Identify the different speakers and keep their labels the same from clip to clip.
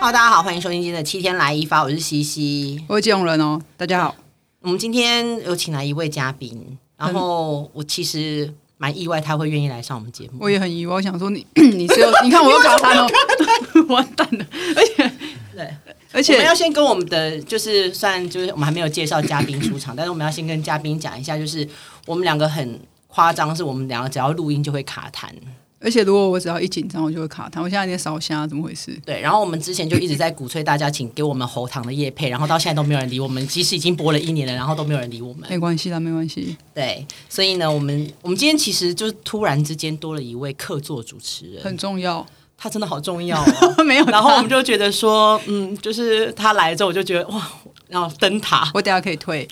Speaker 1: Hello，大家好，欢迎收听今天的七天来一发，我是西西。
Speaker 2: 我是基隆人哦，大家好。
Speaker 1: 我们今天有请来一位嘉宾，然后我其实蛮意外他会愿意来上我们节目。
Speaker 2: 我也很疑惑，我想说你，你是有你看我又卡痰了， 完蛋了，而且
Speaker 1: 对，
Speaker 2: 而
Speaker 1: 我们要
Speaker 2: 且
Speaker 1: 先跟我们的就是虽然就是我们还没有介绍嘉宾 出场，但是我们要先跟嘉宾讲一下，就是我们两个很夸张，是我们两个只要录音就会卡痰。
Speaker 2: 而且如果我只要一紧张，我就会卡痰。我现在有点烧瞎，怎么回事？
Speaker 1: 对，然后我们之前就一直在鼓吹大家，请给我们喉糖的叶配，然后到现在都没有人理我们，即使已经播了一年了，然后都没有人理我 们。
Speaker 2: 没关系啦，没关系，
Speaker 1: 对，所以呢，我们我们今天其实就是突然之间多了一位客座主持人，
Speaker 2: 很重要。
Speaker 1: 他真的好重要哦。
Speaker 2: 没有他，
Speaker 1: 然后我们就觉得说，嗯，就是他来之后，我就觉得哇，然后灯塔，
Speaker 2: 我等下可以退。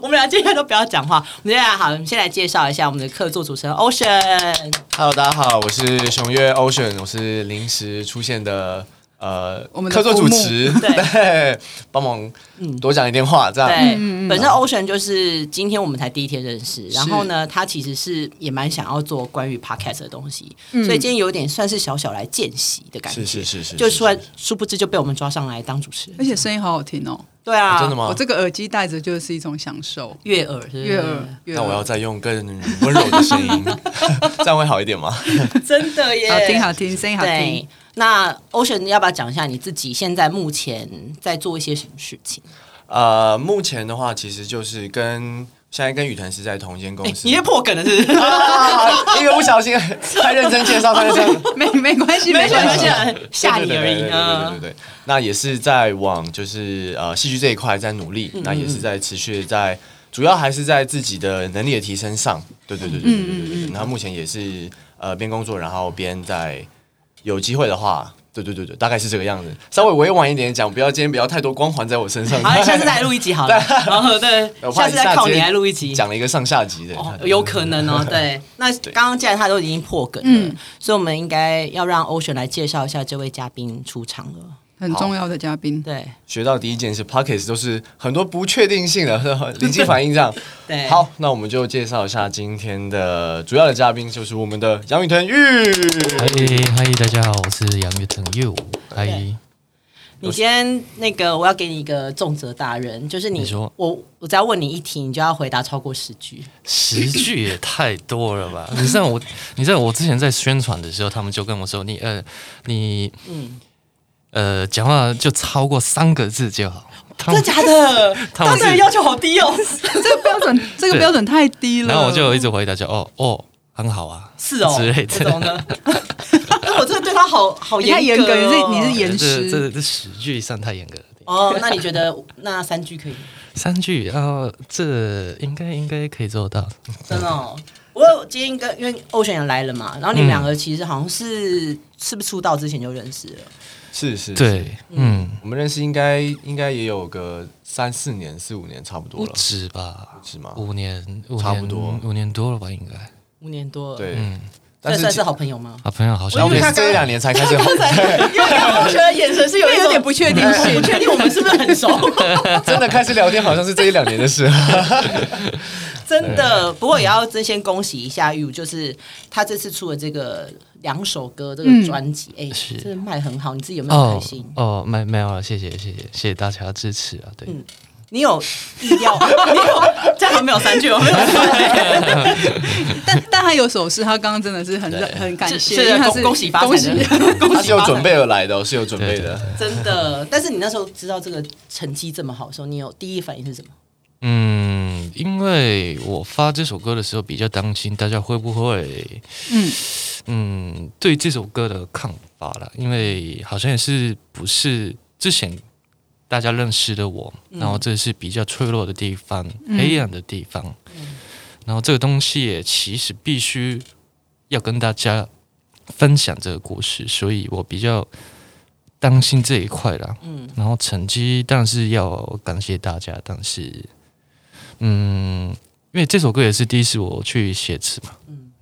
Speaker 1: 我们俩接下来都不要讲话，我们接下来好，我们先来介绍一下我们的客座主持人 Ocean。
Speaker 3: Hello，大家好，我是熊月 Ocean，我是临时出现的呃，
Speaker 2: 我们的
Speaker 3: 客座主持，
Speaker 1: 幕对
Speaker 3: 对，帮忙多讲一点话，这样。
Speaker 1: 嗯对，本身 Ocean 就是今天我们才第一天认识，然后呢，他其实是也蛮想要做关于 podcast 的东西，所以今天有点算是小小来见习的感觉，
Speaker 3: 是是是是
Speaker 1: 就是突然殊不知就被我们抓上来当主持
Speaker 2: 而
Speaker 1: 人，
Speaker 2: 且声音好好听哦，
Speaker 1: 对啊，
Speaker 3: 真的吗
Speaker 2: 我这个耳机戴着就是一种享受。
Speaker 1: 悦耳，是不是
Speaker 2: 悦耳，悦
Speaker 3: 那我要
Speaker 2: 耳，
Speaker 3: 再用更温柔的声音， 这样会好一点吗？
Speaker 1: 真的耶，
Speaker 2: 好听好听，声音好听
Speaker 1: 对。。那 Ocean 要不要讲一下你自己现在目前在做一些什么事情？
Speaker 3: 呃，目前的话，其实就是跟现在跟雨腾是在同一间公司，
Speaker 1: 哎 你也破梗了，是不是？
Speaker 3: 啊一个不小心太认真介绍，太认真。
Speaker 2: 没没关系，
Speaker 1: 没
Speaker 2: 没
Speaker 1: 事
Speaker 2: 关
Speaker 1: 没
Speaker 2: 系。
Speaker 1: 事，吓你而已嗯
Speaker 3: 对对对对对对
Speaker 1: 呢。
Speaker 3: 对对，那也是在往就是呃戏剧这一块在努力，那也是在持续地在，主要还是在自己的能力的提升上。对对对
Speaker 1: 嗯
Speaker 3: 对对对对对。那目前也是呃边工作，然后边在有机会的话，对对对对，大概是这个样子。稍微委婉一点讲，不要今天不要太多光环在我身上。
Speaker 1: 好，下次再来录一集好了。然后对，
Speaker 3: 我怕
Speaker 1: 下次再靠
Speaker 3: 直
Speaker 1: 你
Speaker 3: 接
Speaker 1: 来录一集。
Speaker 3: 讲了一个上下级的。
Speaker 1: 哦，有可能哦。对， 那刚刚既然他都已经破梗
Speaker 2: 嗯
Speaker 1: 了，所以我们应该要让 Ocean 来介绍一下这位嘉宾出场了。
Speaker 2: 很重要的嘉宾，
Speaker 1: 对
Speaker 3: 学到第一件事 p o c k e t 都是很多不确定性的 临机反应这样。
Speaker 1: 对，
Speaker 3: 好，那我们就介绍一下今天的主要的嘉宾，就是我们的杨雨腾玉。
Speaker 4: 嗨嗨，大家好，我是杨月腾佑。嗨，
Speaker 1: 你今天那个，我要给你一个重责大人，就是你，
Speaker 4: 你说
Speaker 1: 我，我只要问你一题，你就要回答超过十句。
Speaker 4: 十句也太多了吧？ 你知道我，你知道我之前在宣传的时候，他们就跟我说，你呃，你
Speaker 1: 嗯，
Speaker 4: 呃，讲话就超过三个字就好。 他
Speaker 1: 真的
Speaker 4: 们，
Speaker 1: 假的？
Speaker 4: 他们
Speaker 1: 大
Speaker 4: 是
Speaker 1: 家的要求好低 哦。
Speaker 2: 这个标准，这个
Speaker 4: 对
Speaker 2: 标准太低了。
Speaker 4: 然后我就一直回答就哦哦，很好啊，
Speaker 1: 是哦，
Speaker 4: 之类
Speaker 1: 这种
Speaker 4: 的。
Speaker 1: 呢？ 但我真的对他好好
Speaker 2: 你太
Speaker 1: 严格
Speaker 2: 严格，
Speaker 1: 哦，
Speaker 2: 你是你是
Speaker 4: 这
Speaker 2: 严
Speaker 4: 这
Speaker 2: 师。
Speaker 4: 这这十句算太严格了。
Speaker 1: 哦。那你觉得那三句可以吗？
Speaker 4: 三句，然后这应该应该可以做到。
Speaker 1: 真的、哦。我今天跟因为欧选也来了嘛，然后你们两个其实好像是、是不是出道之前就认识了？
Speaker 3: 是是，是
Speaker 4: 对，嗯，
Speaker 3: 我们认识应该应该也有个三四年、四五年差不多
Speaker 4: 不
Speaker 3: 了，
Speaker 4: 止吧，
Speaker 3: 是吗？
Speaker 4: 五年，五年
Speaker 3: 差不多
Speaker 4: 五年多了吧，应该。
Speaker 1: 五年多了，，
Speaker 3: 对，
Speaker 4: 嗯，
Speaker 3: 但
Speaker 1: 这算是
Speaker 3: 是
Speaker 1: 好朋友吗？
Speaker 4: 啊，朋友好
Speaker 3: 然
Speaker 4: 像
Speaker 3: 后我
Speaker 4: 也
Speaker 3: 们
Speaker 4: 是
Speaker 3: 是这两年 才开始，
Speaker 1: 因为欧选的眼神是有一
Speaker 2: 有
Speaker 1: 点
Speaker 2: 点
Speaker 1: 不
Speaker 2: 不确定性
Speaker 1: 不，确定我们是不是很熟，
Speaker 3: 真的开始聊天，好像是这一两年的 事。
Speaker 1: 真的。不过也要真先恭喜一下玉，就是他这次出了这个两首歌这个专辑，哎、
Speaker 4: 是
Speaker 1: 真的卖很好，你自己有没有
Speaker 4: 哦
Speaker 1: 开心？
Speaker 4: 哦，没没有了，谢谢谢谢谢谢大家支持啊，对，
Speaker 1: 嗯你有意料？你有这样还没有三句，我没有
Speaker 2: 但但他有手势，他刚刚真的是很认很感谢，
Speaker 1: 是
Speaker 2: 因为他
Speaker 1: 恭
Speaker 2: 是
Speaker 1: 恭喜发财
Speaker 2: 恭 喜
Speaker 1: 的
Speaker 3: 他是有准备而来的哦，是有准备
Speaker 4: 对对
Speaker 3: 的。
Speaker 1: 真 的，但是你那时候知道这个成绩这么好的时候，你有第一反应是什么？
Speaker 4: 嗯，因为我发这首歌的时候比较担心大家会不会，
Speaker 2: 嗯
Speaker 4: 嗯，对这首歌的看法了，因为好像也是不是之前大家认识的我，
Speaker 1: 嗯
Speaker 4: 然后这是比较脆弱的地方，黑暗的地方，
Speaker 1: 嗯
Speaker 4: 然后这个东西也其实必须要跟大家分享这个故事，所以我比较担心这一块啦。嗯，然后成绩当然是要感谢大家，但是，嗯，因为这首歌也是第一次我去写词嘛，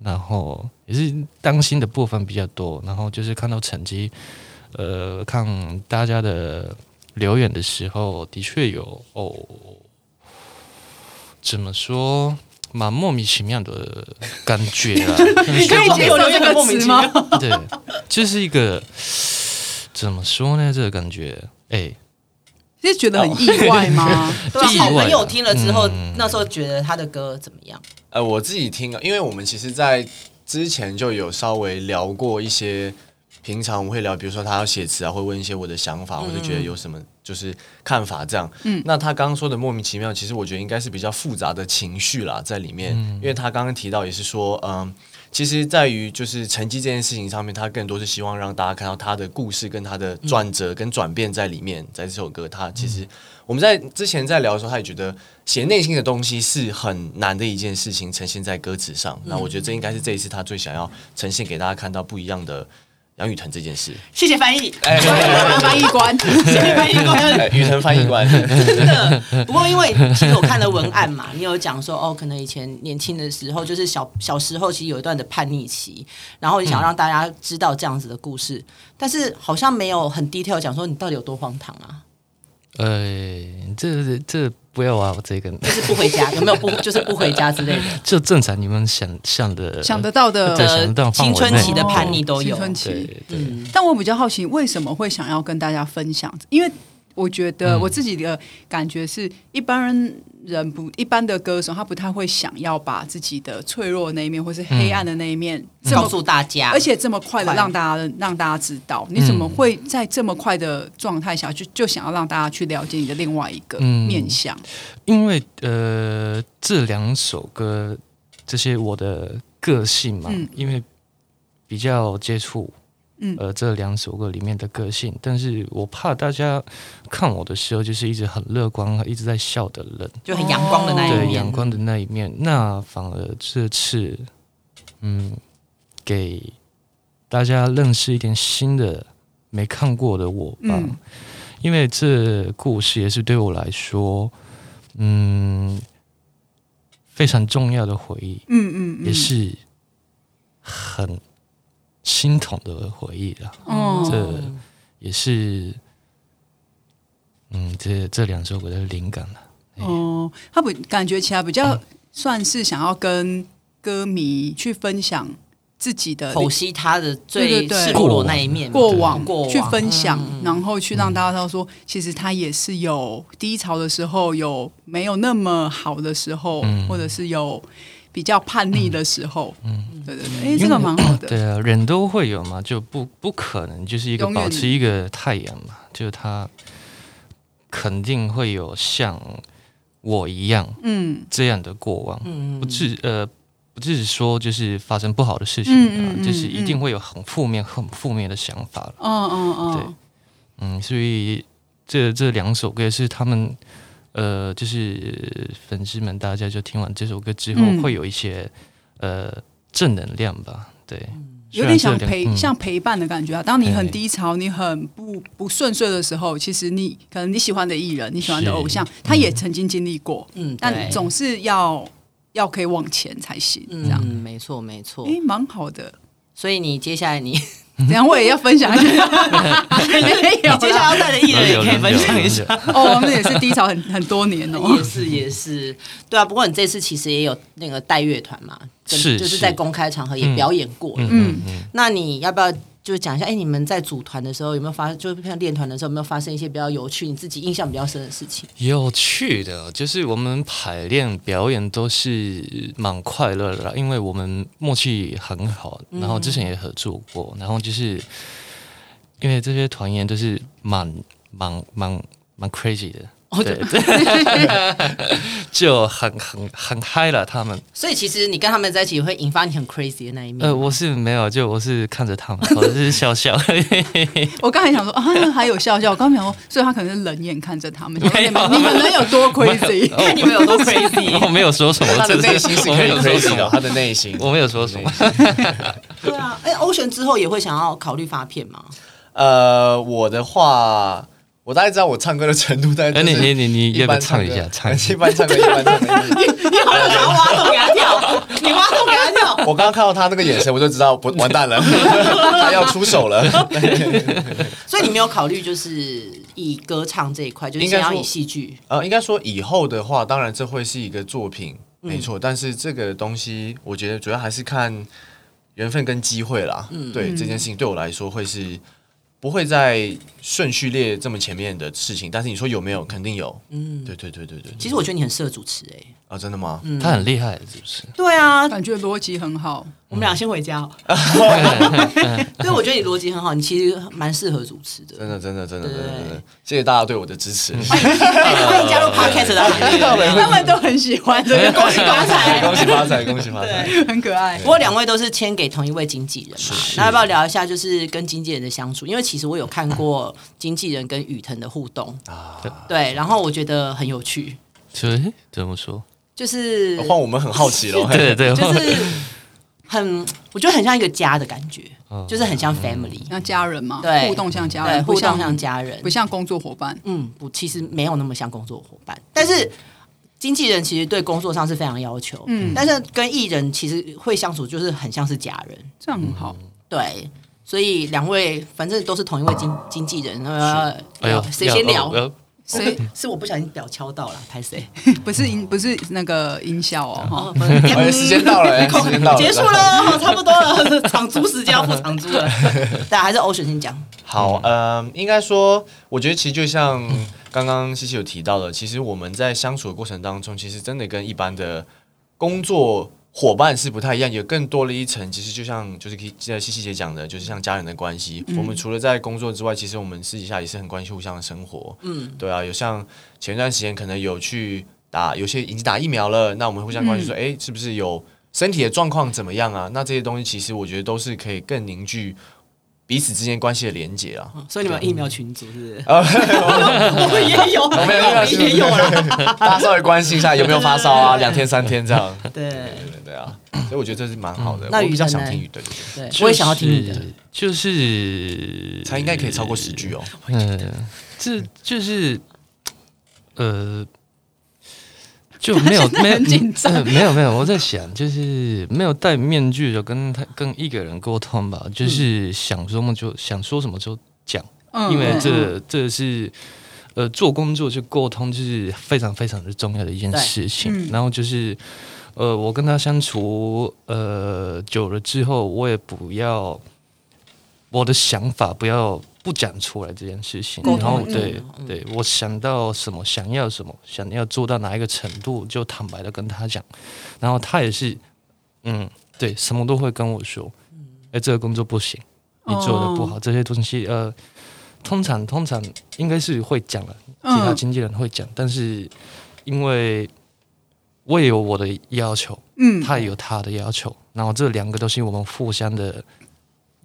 Speaker 4: 然后也是担心的部分比较多，然后就是看到成绩，呃，看大家的留言的时候，的确有哦，怎么说？蛮莫名其妙的感觉啦，啊
Speaker 2: 你可以接受这个词吗？
Speaker 4: 对，这是一个怎么说呢？这个感觉，哎，
Speaker 2: 是觉得很意外吗？
Speaker 1: 对啊，
Speaker 4: 意外
Speaker 1: 好
Speaker 4: 啊
Speaker 1: 朋友听了之后，
Speaker 4: 嗯
Speaker 1: 那时候觉得他的歌怎么样？
Speaker 3: 呃，我自己听，因为我们其实，在之前就有稍微聊过一些，平常我们会聊，比如说他要写词啊，会问一些我的想法，或者觉得有什么就是看法这样。嗯，那他刚刚说的莫名其妙，其实我觉得应该是比较复杂的情绪啦在里面，因为他刚刚提到也是说，嗯。其实，在于就是成绩这件事情上面，他更多是希望让大家看到他的故事、跟他的转折、跟转变在里面。在这首歌，他其实我们在之前在聊的时候，他也觉得写内心的东西是很难的一件事情，呈现在歌词上。那我觉得这应该是这一次他最想要呈现给大家看到不一样的杨雨腾这件 事。
Speaker 1: 谢谢翻译，
Speaker 4: 哦
Speaker 3: 哎，
Speaker 2: 翻译官，
Speaker 1: 翻译官。
Speaker 3: 哎雨腾翻译官，
Speaker 1: 真 的。不过因为其实我看了文案嘛，你有讲说哦，可能以前年轻的时候，就是小小时候，其实有一段的叛逆期，然后也想让大家知道这样子的故事，但是好像没有很 detail 讲说你到底有多荒唐啊，
Speaker 4: 呃，这这这不要啊，我这个
Speaker 1: 就是不回家，有没有不就是不回家之类的。
Speaker 4: 就正常你们想象的，
Speaker 2: 想得到
Speaker 4: 对
Speaker 2: 的哦
Speaker 4: 想得到范围
Speaker 1: 呃青春
Speaker 4: 内
Speaker 1: 哦期的叛逆都有
Speaker 2: 青，春期。
Speaker 4: 对对，
Speaker 1: 嗯，
Speaker 2: 但我比较好奇，为什么会想要跟大家分享？因为我觉得
Speaker 4: 嗯
Speaker 2: 我自己的感觉是，一般人不一般的歌手，他不太会想要把自己的脆弱的那一面，或是黑暗的那一面，这么
Speaker 1: 告诉大家，
Speaker 2: 而且这么快的
Speaker 1: 快
Speaker 2: 让大家让大家知道，你怎么会在这么快的状态下就就想要让大家去了解你的另外一个
Speaker 4: 嗯
Speaker 2: 面相？
Speaker 4: 因为呃，这两首歌这些我的个性嘛，
Speaker 2: 嗯
Speaker 4: 因为比较接触，
Speaker 2: 嗯
Speaker 4: 呃，这两首歌里面的个性，但是我怕大家看我的时候就是一直很乐观，一直在笑的人，
Speaker 1: 就很阳光的
Speaker 2: 哎
Speaker 1: 那一
Speaker 4: 对
Speaker 1: 面，
Speaker 4: 阳光的那一面，那反而这次，嗯，给大家认识一点新的没看过的我吧，
Speaker 2: 嗯
Speaker 4: 因为这故事也是对我来说，嗯，非常重要的回忆，
Speaker 2: 嗯嗯嗯，
Speaker 4: 也是很心痛的回忆了，
Speaker 2: 哦
Speaker 4: 这也是，嗯，这这两首歌的灵感了。
Speaker 2: 哦，他不感觉起来比较算是想要跟歌迷去分享自己的
Speaker 1: 剖析他的
Speaker 2: 对对
Speaker 1: 最
Speaker 2: 对
Speaker 1: 赤裸裸那一面，
Speaker 2: 过往
Speaker 1: 过往
Speaker 2: 去分享，
Speaker 4: 嗯
Speaker 2: 然后去让大家知道说，其实他也是有低潮的时候，有没有那么好的时候，
Speaker 4: 嗯
Speaker 2: 或者是有比较叛逆的时候。嗯，对对对，哎，这个蛮好的。
Speaker 4: 对啊，人都会有嘛，就不不可能就是一个
Speaker 2: 永远
Speaker 4: 保持一个太阳嘛，就是他肯定会有像我一样
Speaker 2: 嗯
Speaker 4: 这样的过往，
Speaker 1: 嗯
Speaker 4: 不至呃不只是说就是发生不好的事情啊，
Speaker 2: 嗯嗯嗯
Speaker 4: 就是一定会有很负面、很负面的想法了。
Speaker 2: 嗯嗯嗯，
Speaker 4: 嗯，所以这这两首歌是他们呃，就是粉丝们大家就听完这首歌之后，
Speaker 2: 嗯
Speaker 4: 会有一些呃正能量吧，对。
Speaker 2: 有点
Speaker 4: 虽
Speaker 2: 想
Speaker 4: 然这两
Speaker 2: 陪，
Speaker 4: 嗯
Speaker 2: 像陪伴的感觉啊。当你很
Speaker 4: 对
Speaker 2: 低潮、你很不不顺遂的时候，其实你可能你喜欢的艺人、你喜欢的
Speaker 4: 是
Speaker 2: 偶像，他也曾经经历过，
Speaker 1: 嗯，对
Speaker 2: 但总是要要可以往前才行。这样，
Speaker 1: 嗯，没错没错。
Speaker 2: 哎，蛮好的。
Speaker 1: 所以你接下来 你
Speaker 2: 等一下我也要分享一下，没有
Speaker 1: 接下
Speaker 2: 啦
Speaker 1: 来要带的艺人也可以分享一下。
Speaker 2: 哦，那也是低潮很很多 年哦
Speaker 1: 也。是也是，对啊。不过你这次其实也有那个带乐团嘛，跟
Speaker 4: 是
Speaker 1: 就是
Speaker 4: 是
Speaker 1: 在公开场合也
Speaker 4: 嗯
Speaker 1: 表演过了。
Speaker 4: 嗯嗯
Speaker 1: 那你要不要就讲一下？哎，你们在组团的时候有没有发，就是像练团的时候有没有发生一些比较有趣、你自己印象比较深的事情？
Speaker 4: 有趣的，就是我们排练表演都是蛮快乐的啦，因为我们默契很好，然后之前也合作过，然后就是因为这些团员都是蛮蛮蛮蛮 crazy 的，
Speaker 1: 哦
Speaker 4: 对对， 就很很很嗨了。他们
Speaker 1: 所以其实你跟他们在一起会引发你很 crazy 的那一面。
Speaker 4: 呃，我是没有，就我是看着他们，我就是笑笑。
Speaker 2: 我刚才想说啊，还有笑笑，我刚才想说，所以他可能是冷眼看着他们，想说
Speaker 4: 没有
Speaker 2: 你们你们能有多 crazy？
Speaker 1: 看你们有多
Speaker 4: 我
Speaker 1: crazy。
Speaker 4: 没有说什么，
Speaker 3: 他的
Speaker 4: 真
Speaker 3: 内心是
Speaker 4: 我
Speaker 3: 可
Speaker 4: 没
Speaker 3: 以
Speaker 4: 有说什
Speaker 3: crazy 的，
Speaker 4: 么，
Speaker 3: 他的内心。
Speaker 4: 我没有说什么。
Speaker 1: 对啊，哎，欧旋之后也会想要考虑发片吗？
Speaker 3: 呃，我的话，我大概知道我唱歌的程度，但
Speaker 4: 哎，
Speaker 3: 是
Speaker 4: 你你你你要
Speaker 3: 一
Speaker 4: 不要
Speaker 3: 般
Speaker 4: 唱
Speaker 3: 唱
Speaker 4: 一
Speaker 3: 歌
Speaker 4: 下？ 唱一下
Speaker 3: 一。般唱歌，一般唱 歌。
Speaker 1: 你好像想要挖洞给他跳， 你挖洞给他跳。
Speaker 3: 我刚刚看到他那个眼神，我就知道不完蛋了， 他要出手了。
Speaker 1: 所以你没有考虑就是以歌唱这一块，就是
Speaker 3: 应该
Speaker 1: 想要
Speaker 3: 说
Speaker 1: 以戏剧
Speaker 3: 呃，应该说以后的话，当然这会是一个作品，
Speaker 1: 嗯
Speaker 3: 没错。但是这个东西，我觉得
Speaker 1: 嗯
Speaker 3: 主要还是看缘分跟机会啦。对这件事情，对我来说会是不会在顺序列这么前面的事情，但是你说有没有？肯定有。
Speaker 1: 嗯，
Speaker 3: 对对对对对。
Speaker 1: 其实我觉得你很适合主持哎、
Speaker 3: 啊，真的吗？
Speaker 1: 嗯，
Speaker 4: 他很厉害，是不是？
Speaker 1: 对啊，
Speaker 2: 感觉逻辑很好，
Speaker 1: 我们俩先回家 哦。对，我觉得你逻辑很好，你其实蛮适合主持 的。
Speaker 3: 真的真的真的真的
Speaker 1: 对嗯
Speaker 3: 真的，谢谢大家对我的支持。
Speaker 1: 哎欢迎加入 podcast 的行列。
Speaker 2: 他们都很喜欢这个，
Speaker 1: 恭喜发财
Speaker 3: 哎恭喜发财，恭喜发财！
Speaker 2: 很可爱
Speaker 1: 不。过两位都是签给同一位经纪人嘛，
Speaker 3: 是
Speaker 1: 那要不要聊一下就是跟经纪人的相处？因为其实我有看过经纪人跟雨腾的互动，对，然后我觉得很有趣，
Speaker 4: 对，怎么说？
Speaker 1: 就是
Speaker 3: 换我们很好奇了，
Speaker 4: 对对，
Speaker 1: 就是 很，我觉得很像一个家的感觉，
Speaker 3: 嗯
Speaker 1: 就是很像 family，
Speaker 2: 像家人嘛，
Speaker 1: 对
Speaker 2: 嗯互动像家
Speaker 1: 对，
Speaker 2: 人，
Speaker 1: 互
Speaker 2: 不
Speaker 1: 动像家人
Speaker 2: 不，像工作伙伴。
Speaker 1: 嗯，不，其实没有那么像工作伙伴，但是经纪人其实对工作上是非常要求，嗯，但是跟艺人其实会相处就是很像是家人，
Speaker 2: 这样很好，
Speaker 4: 嗯
Speaker 1: 对。所以两位反正都是同一位经经纪人，呃，
Speaker 3: 哎
Speaker 1: 谁先
Speaker 4: 要
Speaker 1: 聊？
Speaker 4: 哦要
Speaker 2: 谁
Speaker 1: 是我不小心表敲到了，拍谁？
Speaker 2: 不是音不是那个音效
Speaker 4: 嗯
Speaker 2: 哦，哈，
Speaker 3: 哎，时间到了，哎时间到
Speaker 1: 嗯
Speaker 3: 了，
Speaker 1: 结束了，好差不多了， 场租时间要付场租 了。对，还是欧选先讲。
Speaker 3: 好，呃，应该说，我觉得其实就像 刚刚西西有提到的，其实我们在相处的过程当中，其实真的跟一般的工作伙伴是不太一样，也更多了一层。其实就像就是呃西西姐讲的，就是像家人的关系。我们除了在工作之外，其实我们私底下也是很关心互相的生活。嗯，对啊，有像前段时间可能有去打，有些已经打疫苗了，那我们互相关心说，哎、是不是有身体的状况怎么样啊？那这些东西其实我觉得都是可以更凝聚。彼此之间关系的连接啊，
Speaker 1: 所以你们有疫苗群组是不是？ 我们也有，哦我
Speaker 3: 没有
Speaker 1: 们也有了。
Speaker 3: 大家稍微关心一下有没有发烧啊，两天三天这样。
Speaker 1: 对
Speaker 3: 对对对啊，所以我觉得这是蛮好的。
Speaker 1: 那
Speaker 3: 我比较
Speaker 1: 雨辰
Speaker 3: 想
Speaker 1: 呢
Speaker 3: 听雨，对对对，
Speaker 1: 对，我也想要听你的。
Speaker 4: 嗯就是
Speaker 3: 他应该可以超过十句哦。
Speaker 4: 嗯，这就是呃，就 没有没有
Speaker 2: 很紧张
Speaker 4: 呃没有没有，我在想，就是没有戴面具的跟他跟一个人沟通吧，
Speaker 1: 嗯
Speaker 4: 就是想什么就想说什么就讲，
Speaker 2: 嗯
Speaker 4: 因为
Speaker 2: 嗯
Speaker 4: 这这是。呃，做工作就沟通就是非常非常的重要的一件
Speaker 1: 对
Speaker 4: 事情。
Speaker 2: 嗯
Speaker 4: 然后就是，呃，我跟他相处呃久了之后，我也不要我的想法不要不讲出来这件事情，
Speaker 1: 沟
Speaker 4: 然
Speaker 1: 通
Speaker 4: 后
Speaker 1: 很
Speaker 4: 对
Speaker 1: 重要嗯
Speaker 4: 对，我想到什么，想要什么，想要做到哪一个程度，就坦白的跟他讲，然后他也是，嗯，对，什么都会跟我说，
Speaker 1: 嗯
Speaker 4: 哎，这个工作不行，你做的不好，
Speaker 2: 哦
Speaker 4: 这些东西，呃，通常通常应该是会讲了，其他
Speaker 2: 嗯
Speaker 4: 经纪人会讲，但是因为我也有我的要求，
Speaker 2: 嗯
Speaker 4: 他也有他的要求，然后这两个都是我们互相的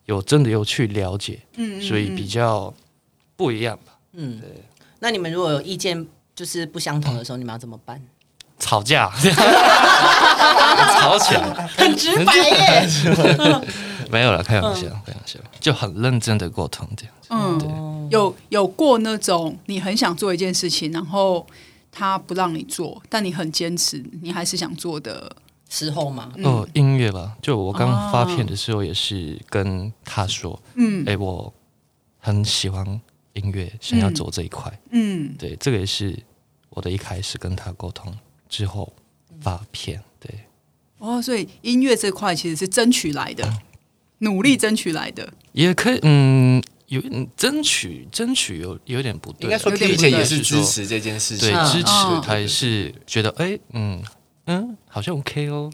Speaker 4: 有真的有去了解，
Speaker 2: 嗯嗯
Speaker 4: 所以比
Speaker 2: 嗯
Speaker 4: 较不一样吧。
Speaker 1: 嗯，那你们如果有意见就是不相同的时候，你们要怎么办？
Speaker 4: 吵架，吵起来
Speaker 1: 很直白耶。
Speaker 4: 没有了，开玩笑，开玩笑，就很认真的沟通这样子。
Speaker 2: 嗯，
Speaker 1: 哦
Speaker 2: 有有过那种你很想做一件事情，然后他不让你做，但你很坚持，你还是想做的。
Speaker 1: 时候嘛，
Speaker 2: 嗯
Speaker 4: 哦，音乐吧，就我刚发片的时候也是跟他说，
Speaker 2: 嗯
Speaker 4: 哎、我很喜欢音乐，想要走这一块。
Speaker 2: 嗯，
Speaker 4: 对，这个也是我的一开始跟他沟通之后发片，对。
Speaker 2: 哦，所以音乐这块其实是争取来的，努力争取来的。
Speaker 4: 也可以，嗯，有嗯争取争取有有点不对，
Speaker 3: 应该说
Speaker 2: 有点
Speaker 3: K
Speaker 2: 不
Speaker 3: 姐
Speaker 2: 对
Speaker 3: 也是支持这件事
Speaker 4: 对
Speaker 3: 情，
Speaker 1: 嗯
Speaker 4: 支
Speaker 2: 嗯
Speaker 4: 持，他也是觉得哎、嗯嗯，好像 OK 哦，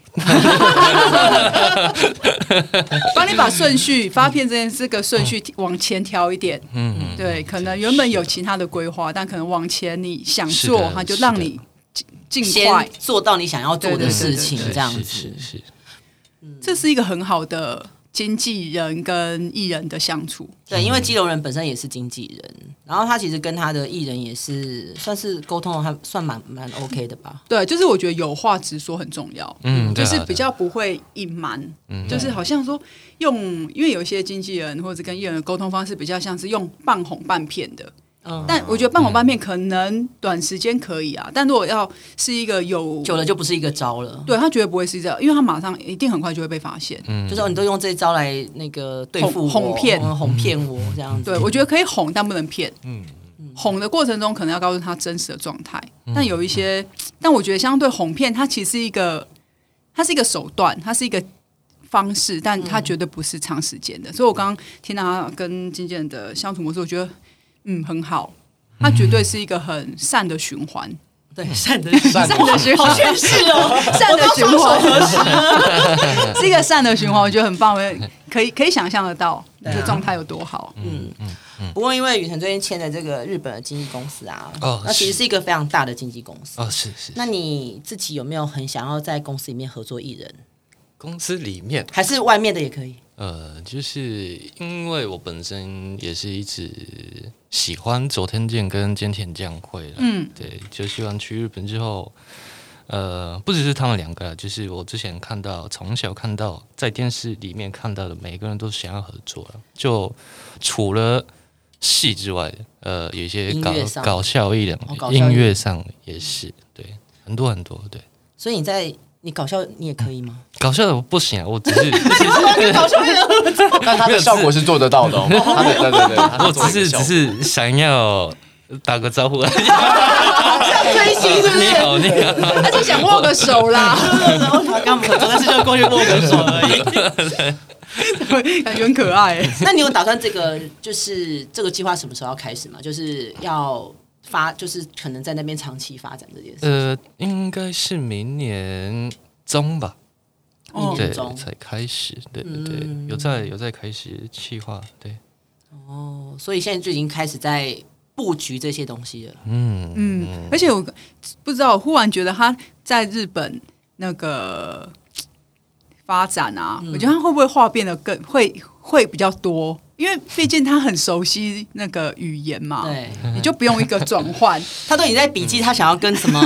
Speaker 2: 帮你把顺序发片这件这个顺序
Speaker 4: 嗯
Speaker 2: 往前调一点。嗯，对，可能原本有其他的规划，但可能往前你想
Speaker 4: 是
Speaker 2: 做，
Speaker 4: 的
Speaker 2: 他就让你尽尽快
Speaker 1: 先。做到你想要做的
Speaker 2: 对对对
Speaker 1: 事情，
Speaker 2: 对
Speaker 1: 这样
Speaker 4: 是
Speaker 1: 子
Speaker 4: 是。是，
Speaker 2: 这是一个很好的经纪人跟艺人的相处。
Speaker 1: 对，因为基隆人本身也是经纪人，然后他其实跟他的艺人也是算是沟通得还算蛮蛮 OK 的吧。
Speaker 2: 对，就是我觉得有话直说很重要，
Speaker 4: 嗯
Speaker 2: 就
Speaker 4: 对啊嗯啊
Speaker 2: 是
Speaker 4: 对啊
Speaker 2: 比较不会隐瞒，就是好像说用，因为有一些经纪人或者跟艺人的沟通方式比较像是用半哄半骗的，
Speaker 1: 嗯，
Speaker 2: 但我觉得半哄半骗可能短时间可以啊，但如果要是一个有
Speaker 1: 久了就不是一个招了，
Speaker 2: 对他绝对不会是这样，因为他马上一定很快就会被发现。
Speaker 4: 嗯
Speaker 1: 就是哦你都用这一招来那个对付我、
Speaker 2: 哄哄骗
Speaker 1: 嗯哄骗我这样子。
Speaker 2: 对我觉得可以哄，但不能骗。嗯，哄的过程中可能要告诉他真实的状态，但有一些，但我觉得相对哄骗，它其实是一个，它是一个手段，它是一个方式，但他绝对不是长时间的。所以我刚刚听到他跟经纪人的相处模式，我觉得嗯很好，他绝对是一个很善的循环，
Speaker 1: 对， 善的循
Speaker 3: 善
Speaker 1: 环，
Speaker 3: 的
Speaker 2: 善的循
Speaker 1: 好
Speaker 2: 环，
Speaker 1: 劝世 哦，
Speaker 2: 善的循
Speaker 1: 我
Speaker 2: 环， 是一个善的循环，我觉得很棒，可以可以想象得到
Speaker 1: 对啊嗯
Speaker 2: 这状态有多好。
Speaker 4: 嗯
Speaker 1: 不过因为雨辰最近签的这个日本的经纪公司啊，
Speaker 4: 哦
Speaker 1: 那其实
Speaker 4: 是
Speaker 1: 是一个非常大的经纪公司。
Speaker 4: 哦，是是，
Speaker 1: 那你自己有没有很想要在公司里面合作艺人，
Speaker 4: 公司里面，
Speaker 1: 还是外面的也可以？
Speaker 4: 呃，就是因为我本身也是一直喜欢佐藤健跟菅田将晖了，
Speaker 2: 嗯，
Speaker 4: 对，就希望去日本之后，呃，不只是他们两个啦，就是我之前看到，从小看到在电视里面看到的，每个人都想要合作了，就除了戏之外，呃，有一些
Speaker 1: 音
Speaker 4: 搞
Speaker 1: 乐上
Speaker 4: 搞笑艺人
Speaker 1: 哦搞，笑艺人
Speaker 4: 音乐上也是，对，很多很多，对，
Speaker 1: 所以你在你搞笑你也可以吗？
Speaker 4: 搞笑的我不行啊，我只 是我只是
Speaker 1: 搞笑艺人
Speaker 3: 但它的效果是做得到的哦。它的对对对，它
Speaker 4: 我
Speaker 3: 做
Speaker 4: 只
Speaker 3: 得
Speaker 4: 是
Speaker 3: 到
Speaker 4: 只是想要打个招呼而已。
Speaker 1: 追星是不
Speaker 4: 你
Speaker 2: 啊
Speaker 1: 是？
Speaker 4: 好，你好，
Speaker 2: 他就想握个手啦，
Speaker 1: 然后 他刚我们合作，但是就过去握个手而已。
Speaker 2: 感觉很可爱 欸。
Speaker 1: 那你有打算这个就是这个计划什么时候要开始吗？就是要发，就是可能在那边长期发展这件事。
Speaker 4: 呃，应该是明年中吧，
Speaker 2: 哦
Speaker 4: 对
Speaker 1: 嗯年，中
Speaker 4: 才开始，对对对，
Speaker 1: 嗯
Speaker 4: 有在有在开始企划，对，
Speaker 1: 哦，所以现在就已经开始在布局这些东西了。
Speaker 4: 嗯
Speaker 2: 嗯，而且我不知道，我忽然觉得他在日本那个嘖发展啊，
Speaker 1: 嗯
Speaker 2: 我觉得他会不会话变得更会会比较多？因为毕竟他很熟悉那个语言嘛，
Speaker 1: 对，
Speaker 2: 你就不用一个转 换。
Speaker 1: 他都已经在笔记，他想要跟 什么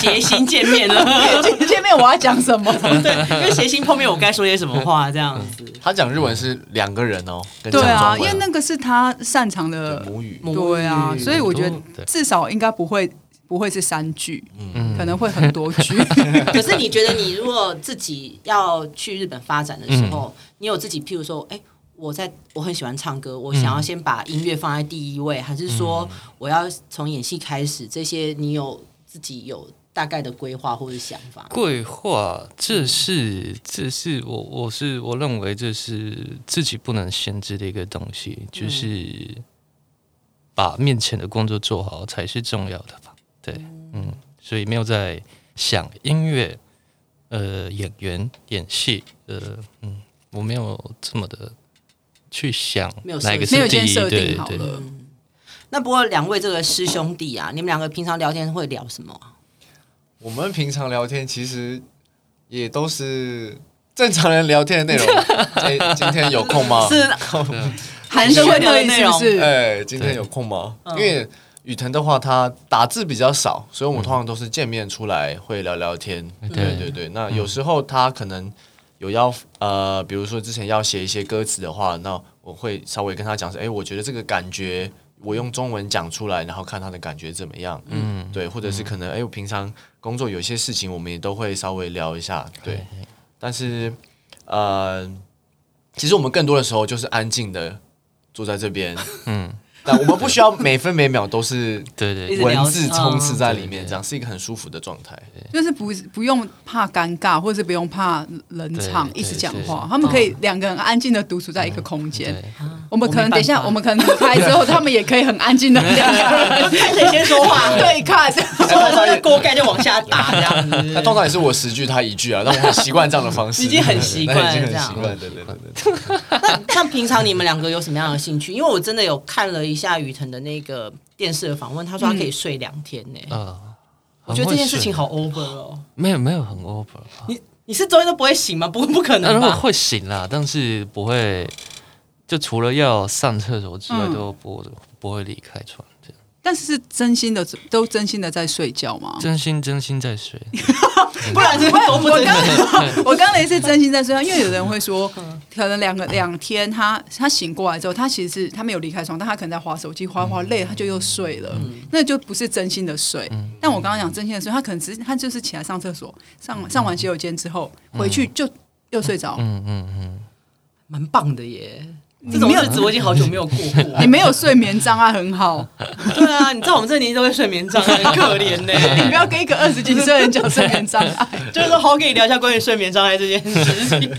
Speaker 1: 谐星见面了。
Speaker 2: 见见面我要 讲什么？
Speaker 1: 对，跟谐星碰面，我该说些什么话？这样子，
Speaker 3: 他讲日文是两个人哦，跟
Speaker 2: 对
Speaker 3: 讲中
Speaker 2: 啊，
Speaker 3: 文
Speaker 2: 因为那个是他擅长
Speaker 3: 对
Speaker 2: 的，
Speaker 3: 母语
Speaker 1: 母
Speaker 2: 对啊
Speaker 1: 母，语
Speaker 2: 所以我觉
Speaker 4: 很多
Speaker 2: 得
Speaker 4: 对
Speaker 2: 至少应该不会不会是三句，
Speaker 4: 嗯
Speaker 2: 可能会很多 句。
Speaker 1: 可是你觉得，你如果自己要去日本发展的时候，你有自己，譬如说，哎、我在我很喜欢唱歌，我想要先把音乐放在第一位，还是说我要从演戏开始？这些你有自己有大概的规划或者想法？
Speaker 4: 规划，这是这是我我是我认为这是自己不能限制的一个东西，就是
Speaker 1: 嗯
Speaker 4: 把面前的工作做好才是重要的吧。对，嗯，所以没有在想音乐、呃演员、演戏，呃嗯，我没有这么的去想
Speaker 1: 没有
Speaker 4: 哪一个
Speaker 1: 设定
Speaker 4: 是第
Speaker 2: 没有先
Speaker 4: 一，
Speaker 2: 设定
Speaker 4: 对
Speaker 2: 好
Speaker 4: 对。
Speaker 2: 了
Speaker 1: 那不过两位这个师兄弟啊，你们两个平常聊天会聊什么啊？
Speaker 3: 我们平常聊天其实也都是正常人聊天的内容。哎，今天有空 吗？
Speaker 1: 是
Speaker 2: 韩式会特意是 不是？
Speaker 3: 哎，今天有空吗？因为雨腾的话，他打字比较少，所以我们通常都是见面出来会聊聊天。哎对嗯对对，那有时候他可能有要呃，比如说之前要写一些歌词的话，那我会稍微跟他讲说，哎，我觉得这个感觉。我用中文讲出来，然后看他的感觉怎么样。嗯，对，或者是可能，哎，我平常工作有些事情，我们也都会稍微聊一下。对，但是，呃，其实我们更多的时候就是安静的坐在这边，嗯，但我们不需要每分每秒都是
Speaker 4: 对对
Speaker 1: 一直聊
Speaker 3: 文字充斥在里
Speaker 4: 嗯对
Speaker 3: 面，
Speaker 4: 对
Speaker 3: 这样是一个很舒服的状态。
Speaker 2: 就是不不用怕尴尬，或者是不用怕冷场，
Speaker 4: 对
Speaker 2: 一直讲
Speaker 4: 对
Speaker 2: 话
Speaker 4: 对，
Speaker 2: 他们可以两个人安静的独处在一个空间。
Speaker 4: 对
Speaker 2: 我们可能
Speaker 1: 我没办法
Speaker 2: 等一下，我们可能离开之后，他们也可以很安 静的两个人
Speaker 1: 看谁先说话，
Speaker 2: 对 看。
Speaker 1: 说了
Speaker 3: 哎
Speaker 1: 那个锅盖就往下打，这样子。
Speaker 3: 那通常也是我十句他一句啊，但我很习惯这样的方式，
Speaker 1: 已经很习惯了
Speaker 3: 对已
Speaker 1: 这
Speaker 3: 经很
Speaker 1: 样
Speaker 3: 习惯，对对对 对。
Speaker 1: 像平常你们两个有什么样的兴趣？因为我真的有看了一下雨腾的那个电视的访问，他说他可以睡两天呢、
Speaker 4: 啊，
Speaker 1: 嗯我觉得这件事情
Speaker 4: 很会
Speaker 1: 好 over 哦。
Speaker 4: 睡没有没有很 over 啊吧。
Speaker 1: 你你是中间都不会醒吗？不不可
Speaker 4: 那
Speaker 1: 能
Speaker 4: 如果
Speaker 1: 吧？
Speaker 4: 会醒啦，但是不会，就除了要上厕所之外，
Speaker 2: 嗯
Speaker 4: 都不不会离开床。这样
Speaker 2: 但是是真心的，都真心的在睡觉吗？
Speaker 4: 真心真心 在睡，
Speaker 1: 不然这多不真实。
Speaker 2: 我刚才是真心在睡觉，因为有的人会说，
Speaker 1: 嗯
Speaker 2: 可能两个两天他他醒过来之后，他其实是他没有离开床，但他可能在划手机，划划累了，他就又睡了，
Speaker 1: 嗯
Speaker 2: 那就不是真心的睡。但我刚刚讲真心的睡，他可能只是他就是起来上厕所，
Speaker 1: 嗯
Speaker 2: 上上完洗手间之后回去就又睡着。
Speaker 4: 嗯嗯嗯，
Speaker 1: 蛮棒的耶。这种日子我已经好久没有过过
Speaker 2: 你。没有睡眠障碍很好，
Speaker 1: 对啊，你知道我们这年纪都会睡眠障碍，很可怜呢、
Speaker 2: 你不要跟一个二十几岁的人讲睡啊眠障碍。
Speaker 1: 就是说，好，跟你聊一下关于睡眠障碍这件事 情。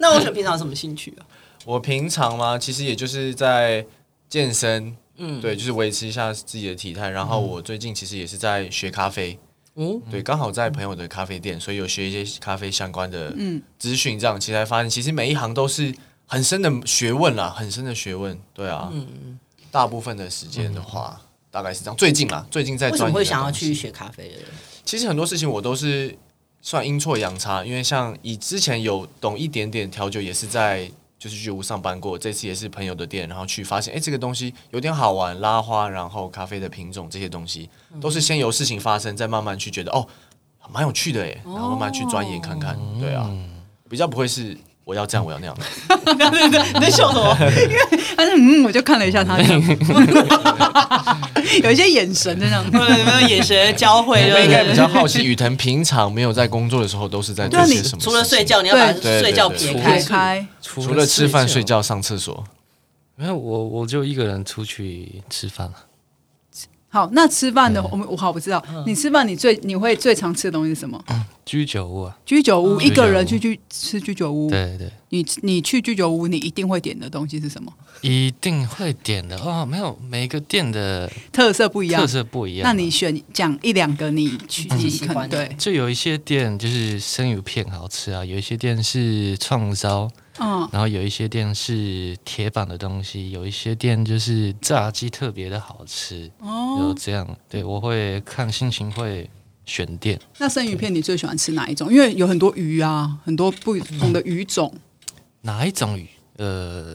Speaker 1: 那我想平常有什么兴趣啊？
Speaker 3: 我平常嘛，其实也就是在健身，嗯，对，就是维持一下自己的体态。然后我最近其实也是在学咖啡，
Speaker 1: 嗯，
Speaker 3: 对，刚好在朋友的咖啡店，所以有学一些咖啡相关的
Speaker 1: 嗯
Speaker 3: 资讯。这样其实才发现，其实每一行都是很深的学问啦，很深的学问。对啊，
Speaker 1: 嗯
Speaker 3: 大部分的时间的话，大概是这样。最近啦，最近在
Speaker 1: 为什么
Speaker 3: 钻研
Speaker 1: 会
Speaker 3: 的
Speaker 1: 想要
Speaker 3: 东西
Speaker 1: 去学咖啡的人？
Speaker 3: 其实很多事情我都是算阴错阳差，因为像以之前有懂一点点调酒，也是在就是居酒屋上班过，这次也是朋友的店，然后去发现，哎，这个东西有点好玩，拉花，然后咖啡的品种这些东西，都是先有事情发生，再慢慢去觉得哦，蛮有趣的哎，然后慢慢去钻研看看，对啊，比较不会是我要这样，我要那样
Speaker 1: 对
Speaker 3: 的，
Speaker 1: 对对，你在笑 什么？
Speaker 2: 但是嗯，我就看了一下他， 有一些眼神这样。
Speaker 1: 有 没有眼神交汇？
Speaker 3: 我
Speaker 1: 对
Speaker 3: 应
Speaker 1: 不
Speaker 3: 该
Speaker 1: 对
Speaker 3: 比较好奇，雨腾平常没有在工作的时候都是在做
Speaker 2: 对啊
Speaker 3: 些
Speaker 2: 你
Speaker 3: 什么？
Speaker 1: 除了睡，觉，你要
Speaker 2: 对
Speaker 1: 把
Speaker 2: 对
Speaker 3: 对
Speaker 1: 睡觉
Speaker 3: 对
Speaker 1: 撇
Speaker 4: 对
Speaker 1: 开
Speaker 2: 解。开，
Speaker 4: 除
Speaker 3: 除了吃饭、睡
Speaker 4: 觉。
Speaker 3: 觉、上厕所，
Speaker 4: 没有我，我就一个人出去吃饭啊了。
Speaker 2: 好，那吃饭的我们我好不知道，你吃饭你最你会最常吃的东西是什么？
Speaker 4: 居酒屋啊，
Speaker 2: 居酒屋，
Speaker 4: 嗯
Speaker 2: 一个人去
Speaker 4: 居
Speaker 2: 居吃居酒屋，
Speaker 4: 对对，
Speaker 2: 你你去居酒屋，你一定会点的东西是什么？
Speaker 4: 一定会点的哦。没有，每个店的
Speaker 2: 特色不一样
Speaker 4: 特，色不一样啊。
Speaker 2: 那你选讲一两个你去
Speaker 1: 自己
Speaker 2: 你
Speaker 1: 喜
Speaker 2: 可能
Speaker 1: 欢的
Speaker 2: 对，
Speaker 4: 就有一些店就是生鱼片好吃啊，有一些店是串烧，
Speaker 2: 嗯，
Speaker 4: 然后有一些店是铁板的东西，有一些店就是炸鸡特别的好吃。哦，有这样，对我会看心情会选店。
Speaker 2: 那生鱼片你最喜欢吃哪一种？因为有很多鱼啊，很多不同的鱼种，
Speaker 4: 哪一种鱼？呃，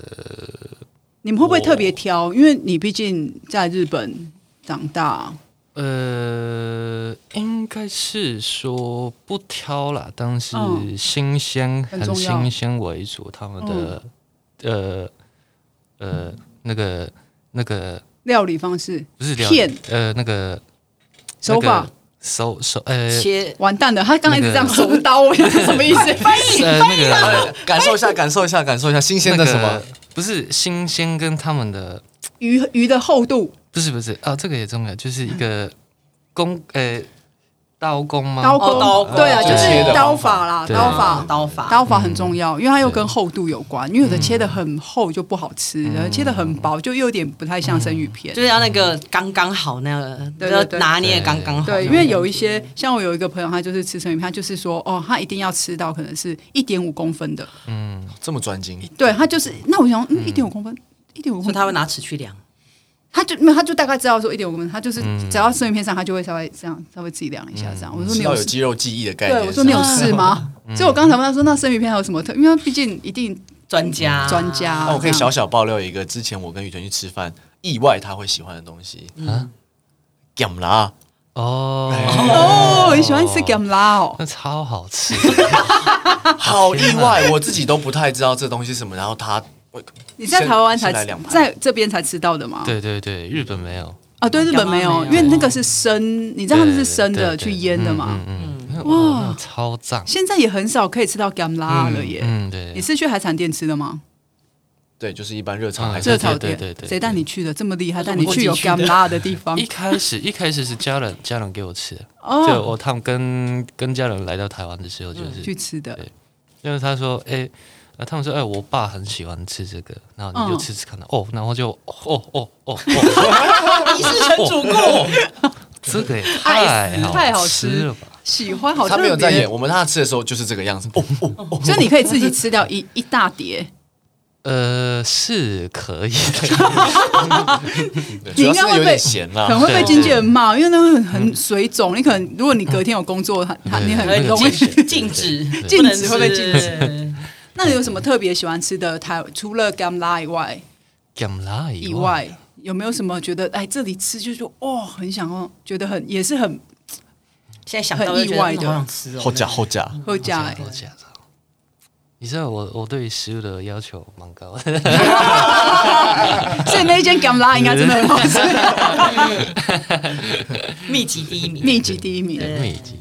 Speaker 2: 你们会不会特别挑？因为你毕竟在日本长大，
Speaker 4: 呃，应该是说不挑啦，但是
Speaker 2: 嗯
Speaker 4: 新鲜、
Speaker 2: 很
Speaker 4: 很
Speaker 2: 重要
Speaker 4: 新鲜为主。他们的、呃呃那个那个
Speaker 2: 料理方式
Speaker 4: 不是聊
Speaker 2: 片
Speaker 4: 呃那个
Speaker 2: 手法
Speaker 4: 那个手手呃
Speaker 1: 切
Speaker 2: 完蛋了，他刚才一直这样
Speaker 4: 那
Speaker 2: 手刀，我想是什么意思？翻译
Speaker 4: 呃那个
Speaker 3: 感受一下，感受一下，感受一下新鲜的什么？
Speaker 4: 那个不是新鲜跟他们的
Speaker 2: 鱼鱼的厚度，
Speaker 4: 不是不是啊，这个也重要，就是一个工呃刀工吗？
Speaker 2: 刀工，
Speaker 1: 哦刀工
Speaker 2: 对啊，
Speaker 1: 哦
Speaker 2: 就是
Speaker 3: 切的
Speaker 2: 刀
Speaker 3: 方
Speaker 2: 法
Speaker 3: 法
Speaker 2: 啦，
Speaker 4: 对
Speaker 2: 刀法。
Speaker 1: 啊刀法，
Speaker 2: 刀法很
Speaker 1: 嗯
Speaker 2: 重要，因为它又跟厚度有关。因为有的切的很厚就不好吃，然后
Speaker 1: 嗯
Speaker 2: 切的很薄就又有点不太像生鱼片
Speaker 1: 就。是要那个刚刚好那个，
Speaker 2: 对
Speaker 1: 要
Speaker 2: 对对
Speaker 1: 拿捏得刚刚好。
Speaker 2: 对，因为有一些像我有一个朋友，他就是吃生鱼片，他就是说哦，他一定要吃到可能是一点五公分的。
Speaker 3: 这么专精，
Speaker 2: 对，他就是那我想，嗯，一点五公分，一点五公
Speaker 1: 所以
Speaker 2: 分，
Speaker 1: 他会拿尺去量。
Speaker 2: 他就没有，他就大概知道说一点五公分，他就是
Speaker 1: 嗯
Speaker 2: 只要生鱼片上，他就会稍微这样稍微自己量一下这样。我说你
Speaker 3: 要
Speaker 2: 有
Speaker 3: 有肌肉记忆的概念。
Speaker 2: 对，我说你有
Speaker 3: 是吧
Speaker 2: 事吗？
Speaker 4: 嗯
Speaker 2: 所以我刚才问他说，那生鱼片还有什么特？因为他毕竟一定
Speaker 1: 专家，
Speaker 2: 专家，
Speaker 4: 啊
Speaker 2: 啊
Speaker 3: 那我可以
Speaker 2: 这样
Speaker 3: 小小爆料一个，之前我跟雨辰去吃饭，意外他会喜欢的东西，
Speaker 4: 啊
Speaker 3: 干啦，
Speaker 4: 哦，
Speaker 2: 哦，你喜欢吃 gam 拉哦？
Speaker 4: 那超好吃。
Speaker 3: 好意外，我自己都不太知道这东西是什么。然后他，我
Speaker 2: 你在台湾才
Speaker 3: 先来两盘
Speaker 2: 在这边才吃到的吗？
Speaker 4: 对对对，日本没有，
Speaker 2: 啊，对，日本没有，
Speaker 1: 干妈
Speaker 2: 因
Speaker 1: 没有
Speaker 2: 为那个是生，你知道他们是生的
Speaker 4: 对对对
Speaker 2: 去腌的嘛。
Speaker 4: 嗯嗯嗯，
Speaker 2: 哇
Speaker 4: 哇，那超赞。
Speaker 2: 现在也很少可以吃到 gam 拉了耶。
Speaker 4: 嗯，
Speaker 2: 你
Speaker 4: 对，
Speaker 2: 是去海产店吃的吗？
Speaker 3: 对，就是一般热炒
Speaker 4: 嗯
Speaker 3: 还是
Speaker 2: 热炒店
Speaker 4: 对对对对
Speaker 2: 谁带你去的？这么厉害，
Speaker 1: 我
Speaker 2: 带你去有
Speaker 1: 我自己去的
Speaker 2: gam 拉的地方
Speaker 4: 一开始一开始是家人家人给我吃的， 就
Speaker 2: 哦，嗯
Speaker 4: 我他们跟跟家人来到台湾的时候，就是
Speaker 2: 去吃的
Speaker 4: 对因为他说，哎、呃他们说，哎、我爸很喜欢吃这个，然后你就
Speaker 2: 嗯
Speaker 4: 吃吃看哦，然后就哦哦哦哦，哦
Speaker 1: 你是陈啊主顾，
Speaker 4: 这个也
Speaker 2: 爱死太
Speaker 4: 太
Speaker 2: 好吃
Speaker 4: 吃了吧？
Speaker 2: 喜欢，好
Speaker 3: 他没有
Speaker 2: 特
Speaker 3: 在
Speaker 2: 别
Speaker 3: 演，。我们他吃的时候就是这个样子。哦哦哦，
Speaker 2: 所以你可以自己吃掉一一大碟，
Speaker 4: 呃，是可以的，
Speaker 3: 对主要是
Speaker 2: 你应该会被
Speaker 3: 有点咸啦
Speaker 2: 可。能会被
Speaker 1: 对
Speaker 2: 经纪人骂，因为那会很很水肿。你可能如果你隔天有工作，很很你很
Speaker 1: 嗯
Speaker 4: 对
Speaker 2: 容易
Speaker 1: 禁禁止，
Speaker 2: 禁
Speaker 1: 不能
Speaker 2: 止会被禁止
Speaker 1: 止。
Speaker 2: 那你有什么特别喜欢吃的台？除了 gam 拉以外，
Speaker 4: 干啦啊
Speaker 2: 以，外，有没有什么觉得哎这里吃就是说哦很想要，觉得很也是很
Speaker 1: 现在想到就觉
Speaker 2: 很意
Speaker 1: 得
Speaker 2: 外
Speaker 1: 嗯
Speaker 2: 的
Speaker 1: 好想吃哦。
Speaker 3: 后加后加，
Speaker 2: 会加、哎
Speaker 4: 我假的。你知道我我对食物的要求蛮高的，
Speaker 2: 哎所以那一间 gam 拉应该真的很好吃，
Speaker 1: 密集第一名，
Speaker 2: 秘籍第一名
Speaker 1: 对
Speaker 4: 美籍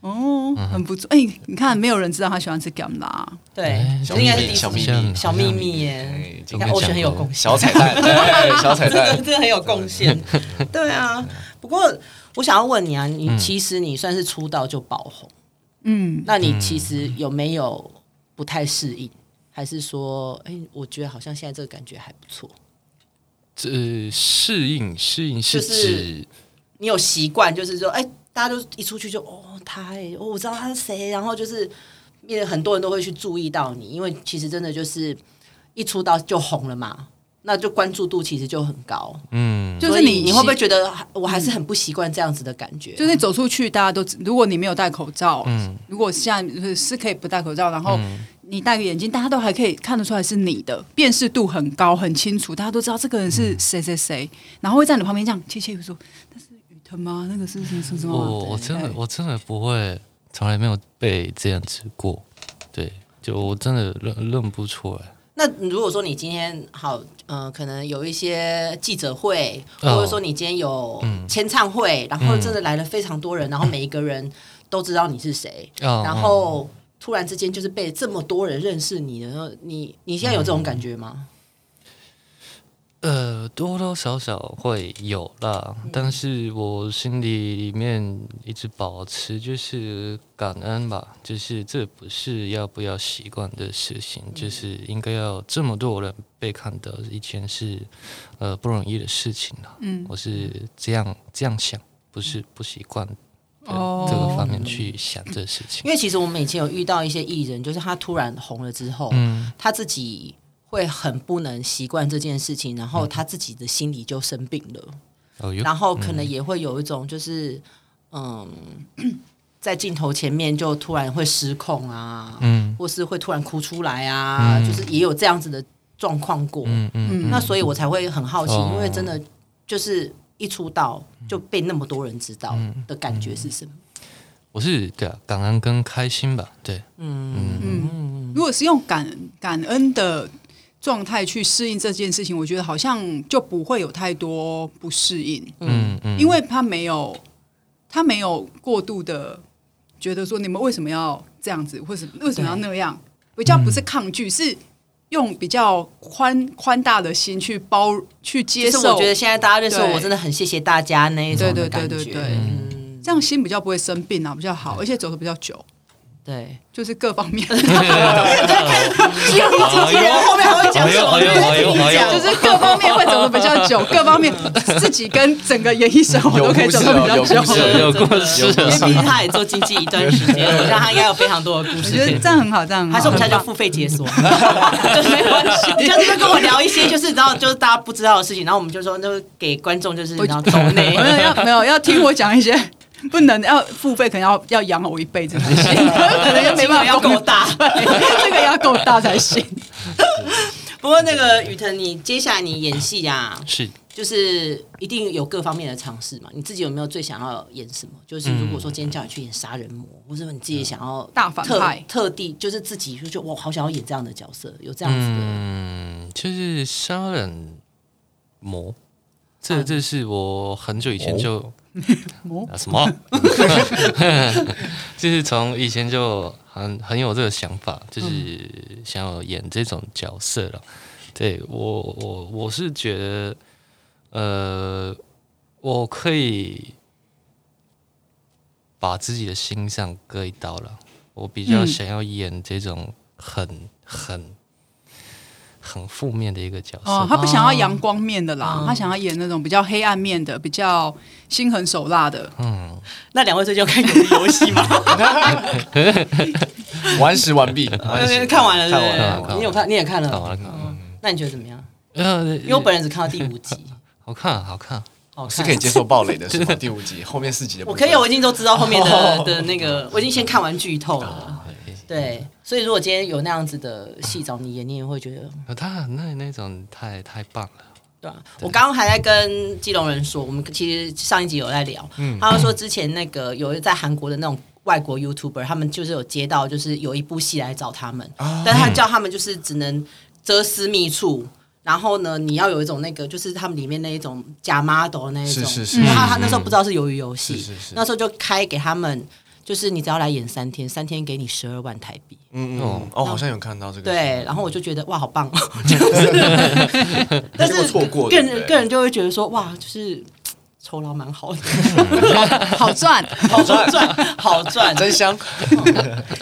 Speaker 2: 哦，很不错。哎、你看没有人知道他喜欢吃 gam 拉，
Speaker 1: 对，
Speaker 4: 小
Speaker 1: 应该
Speaker 3: 秘
Speaker 1: 是
Speaker 3: 密
Speaker 1: 第一
Speaker 3: 小秘
Speaker 1: 名
Speaker 3: 密
Speaker 1: 小秘密耶。
Speaker 3: 哎今
Speaker 4: 没
Speaker 3: 天
Speaker 4: 有
Speaker 1: 我觉得
Speaker 4: 想
Speaker 1: 很有
Speaker 4: 过
Speaker 1: 贡献。
Speaker 3: 小彩蛋，对哎小彩
Speaker 1: 真的
Speaker 3: 蛋，
Speaker 1: 真的很有贡献。对啊，不过我想要问你啊，你其实你算是出道就爆红，
Speaker 2: 嗯，
Speaker 1: 那你哎其实有没有不太适应？还是说，哎、我觉得好像现在这个感觉还不错。
Speaker 4: 这呃适应适应是
Speaker 1: 就
Speaker 4: 指、
Speaker 1: 是你有习惯，就是说，哎、大家就一出去就哦，他、哎哦，我知道他是谁，然后就是，也很多人都会去注意到你，因为其实真的就是一出道就红了嘛，那就关注度其实就很高。
Speaker 4: 嗯，
Speaker 2: 就
Speaker 1: 所
Speaker 2: 是
Speaker 1: 以
Speaker 2: 你
Speaker 1: 你会不会觉得我还是很不习惯这样子的感觉？
Speaker 2: 就是走出去，大家都知如果你没有戴口罩，
Speaker 4: 嗯
Speaker 2: 如果现在是是可以不戴口罩，然后你戴个眼镜，大家都还可以看得出来是你的，辨识度很高，很清楚，大家都知道这个人
Speaker 4: 嗯
Speaker 2: 是谁谁谁，然后会在你旁边这样窃窃私语说：“那是雨腾吗？那个是什么什么什么？”
Speaker 4: 我哦我
Speaker 2: 哦对
Speaker 4: 真的
Speaker 2: 对
Speaker 4: 我真的不会，从来没有被这样子过。对，就我真的认认不出来。
Speaker 1: 那如果说你今天好，呃，可能有一些记者会，
Speaker 4: 哦嗯
Speaker 1: 或者说你今天有签唱会，然后真的来了非常多人，然后每一个人都知道你是谁，
Speaker 4: 哦
Speaker 1: 然后突然之间就是被这么多人认识你的时候，你你现在有这
Speaker 4: 嗯
Speaker 1: 种感觉吗？
Speaker 4: 呃，多多少少会有啦，但是我心里里面一直保持就是感恩吧，就是这不是要不要习惯的事情，就是应该要这么多人被看到以前是呃不容易的事情啦。
Speaker 2: 嗯
Speaker 4: 我是这样这样想，不是不习惯的
Speaker 2: 哦
Speaker 4: 这个方面去想这事情。
Speaker 1: 因为其实我们以前有遇到一些艺人，就是他突然红了之后，
Speaker 4: 嗯
Speaker 1: 他自己会很不能习惯这件事情，然后他自己的心理就生病了。
Speaker 4: 哦，有
Speaker 1: 然后可能也会有一种就是，嗯，在镜头前面就突然会失控啊，
Speaker 4: 嗯
Speaker 1: 或是会突然哭出来啊，就是也有这样子的状况过。
Speaker 4: 嗯嗯，
Speaker 2: 嗯
Speaker 1: 那所以我才会很好奇，
Speaker 4: 哦
Speaker 1: 因为真的就是一出道就被那么多人知道
Speaker 4: 嗯
Speaker 1: 的感觉是什么？
Speaker 4: 我是对啊，感恩跟开心吧，对，
Speaker 2: 嗯，如果是用感感恩的状态去适应这件事情，我觉得好像就不会有太多不适应，
Speaker 4: 嗯嗯，
Speaker 2: 因为他没有他没有过度的觉得说你们为什么要这样子，或者为什么要那样，比较不是抗
Speaker 1: 嗯
Speaker 2: 拒，是用比较宽宽大的心去包去
Speaker 1: 其
Speaker 2: 接
Speaker 1: 实
Speaker 2: 受，
Speaker 1: 我觉得现在大家认识
Speaker 2: 对
Speaker 1: 我，真的很谢谢大家那一种的
Speaker 2: 对对
Speaker 1: 感
Speaker 2: 对
Speaker 1: 觉。嗯
Speaker 2: 对对这样心比较不会生病啊，比较好，而且走的比较久，
Speaker 1: 对，
Speaker 2: 就是各方 面。
Speaker 1: 只有你经纪人后面还会讲什么？
Speaker 4: 哎呦哎呦哎呦哎
Speaker 1: 哦
Speaker 4: 呦
Speaker 2: 就是各方面会走的比较久，各方面自己跟整个演艺生活都可以走的比较
Speaker 3: 有故事哦有故事哦
Speaker 2: 久。
Speaker 4: 有故
Speaker 1: 因
Speaker 4: 事
Speaker 1: 为毕竟他也做经济一段时间了，让他应该有非常多的故
Speaker 2: 我
Speaker 1: 事
Speaker 2: 觉
Speaker 1: 可以
Speaker 2: 得这样很好，这样很好
Speaker 1: 还是我们现在就付费解 锁，就是没关系。你就是跟我聊一些就是然后就是大家不知道的事情，然后我们就说，就给观众就是
Speaker 2: 我
Speaker 1: 然后抖内
Speaker 2: 没有要没有要听我讲一些不能要付费，可能要要养我一辈子才行，可能就没办法
Speaker 1: 要够大。
Speaker 2: 对， 这个要够大才行。
Speaker 1: 不过那个雨腾，你接下来你演戏啊，
Speaker 4: 是
Speaker 1: 就是一定有各方面的尝试嘛。你自己有没有最想要演什么？就是
Speaker 4: 嗯
Speaker 1: 如果说今天叫你去演杀人魔，或者你自己想要
Speaker 2: 大反
Speaker 1: 特
Speaker 2: 派
Speaker 1: 特地就是自己就觉得我好想要演这样的角色，有这样子的。
Speaker 4: 嗯，就是杀人魔，这
Speaker 1: 嗯
Speaker 4: 这是我很久以前就、
Speaker 2: 魔
Speaker 4: 啊什么， 就是从以前就很很有这个想法，就是
Speaker 2: 嗯
Speaker 4: 想要演这种角色了。对我我我是觉得，呃，我可以把自己的心上割一刀了。我比较
Speaker 2: 嗯
Speaker 4: 想要演这种很、很很负面的一个角色。
Speaker 2: 哦，他不想要阳光面的啦，他想要演那种比较黑暗面的，比较心狠手辣的。
Speaker 1: 那两位最近有看你们游戏吗？
Speaker 3: 完食完毕，
Speaker 1: 啊
Speaker 3: 完食
Speaker 1: 看完了，对不
Speaker 3: 看完
Speaker 4: 了看
Speaker 1: 对？
Speaker 4: 完了
Speaker 1: 你有看，你也看了，
Speaker 4: 看完了看完了
Speaker 1: 嗯那你觉得怎么样？
Speaker 4: 呃，
Speaker 1: 因为我本人只看到第五 集，
Speaker 4: 好看啊好看，
Speaker 1: 好哦看
Speaker 3: 是可以接受暴雷 的，是吗？第五集后面四集的部
Speaker 1: 我
Speaker 3: 分，
Speaker 1: 可以，我已经都知道后面的
Speaker 3: 哦
Speaker 1: 的那个，我已经先看完剧透了。对，所以如果今天有那样子的戏找你演，你也会觉得，
Speaker 4: 呃他那那种太太棒了，
Speaker 1: 对啊。我刚刚还在跟基隆人说，我们其实上一集有在聊，
Speaker 3: 嗯
Speaker 1: 他们说之前那个有在韩国的那种。外国 YouTuber 他们就是有接到，就是有一部戏来找他们，
Speaker 3: 啊
Speaker 1: 但他叫他们就是只能遮私密处，然后呢，你要有一种那个，就是他们里面那一种假 model 那一种，
Speaker 3: 是是是
Speaker 1: 然后他那时候不知道是鱿鱼游戏，
Speaker 3: 是是是
Speaker 1: 那时候就开给他们。就是你只要来演三天，三天给你十二万台币。
Speaker 3: 嗯嗯嗯，哦，好像有看到这个，
Speaker 1: 对，然后我就觉得哇，好棒哦！ 但
Speaker 3: 但是
Speaker 1: 是
Speaker 3: 错
Speaker 1: 个
Speaker 3: 过，对不
Speaker 1: 人
Speaker 3: 对
Speaker 1: 个人就会觉得说哇，就是酬劳蛮 好的，
Speaker 2: 好赚，
Speaker 1: 好赚，好赚。
Speaker 3: 真香，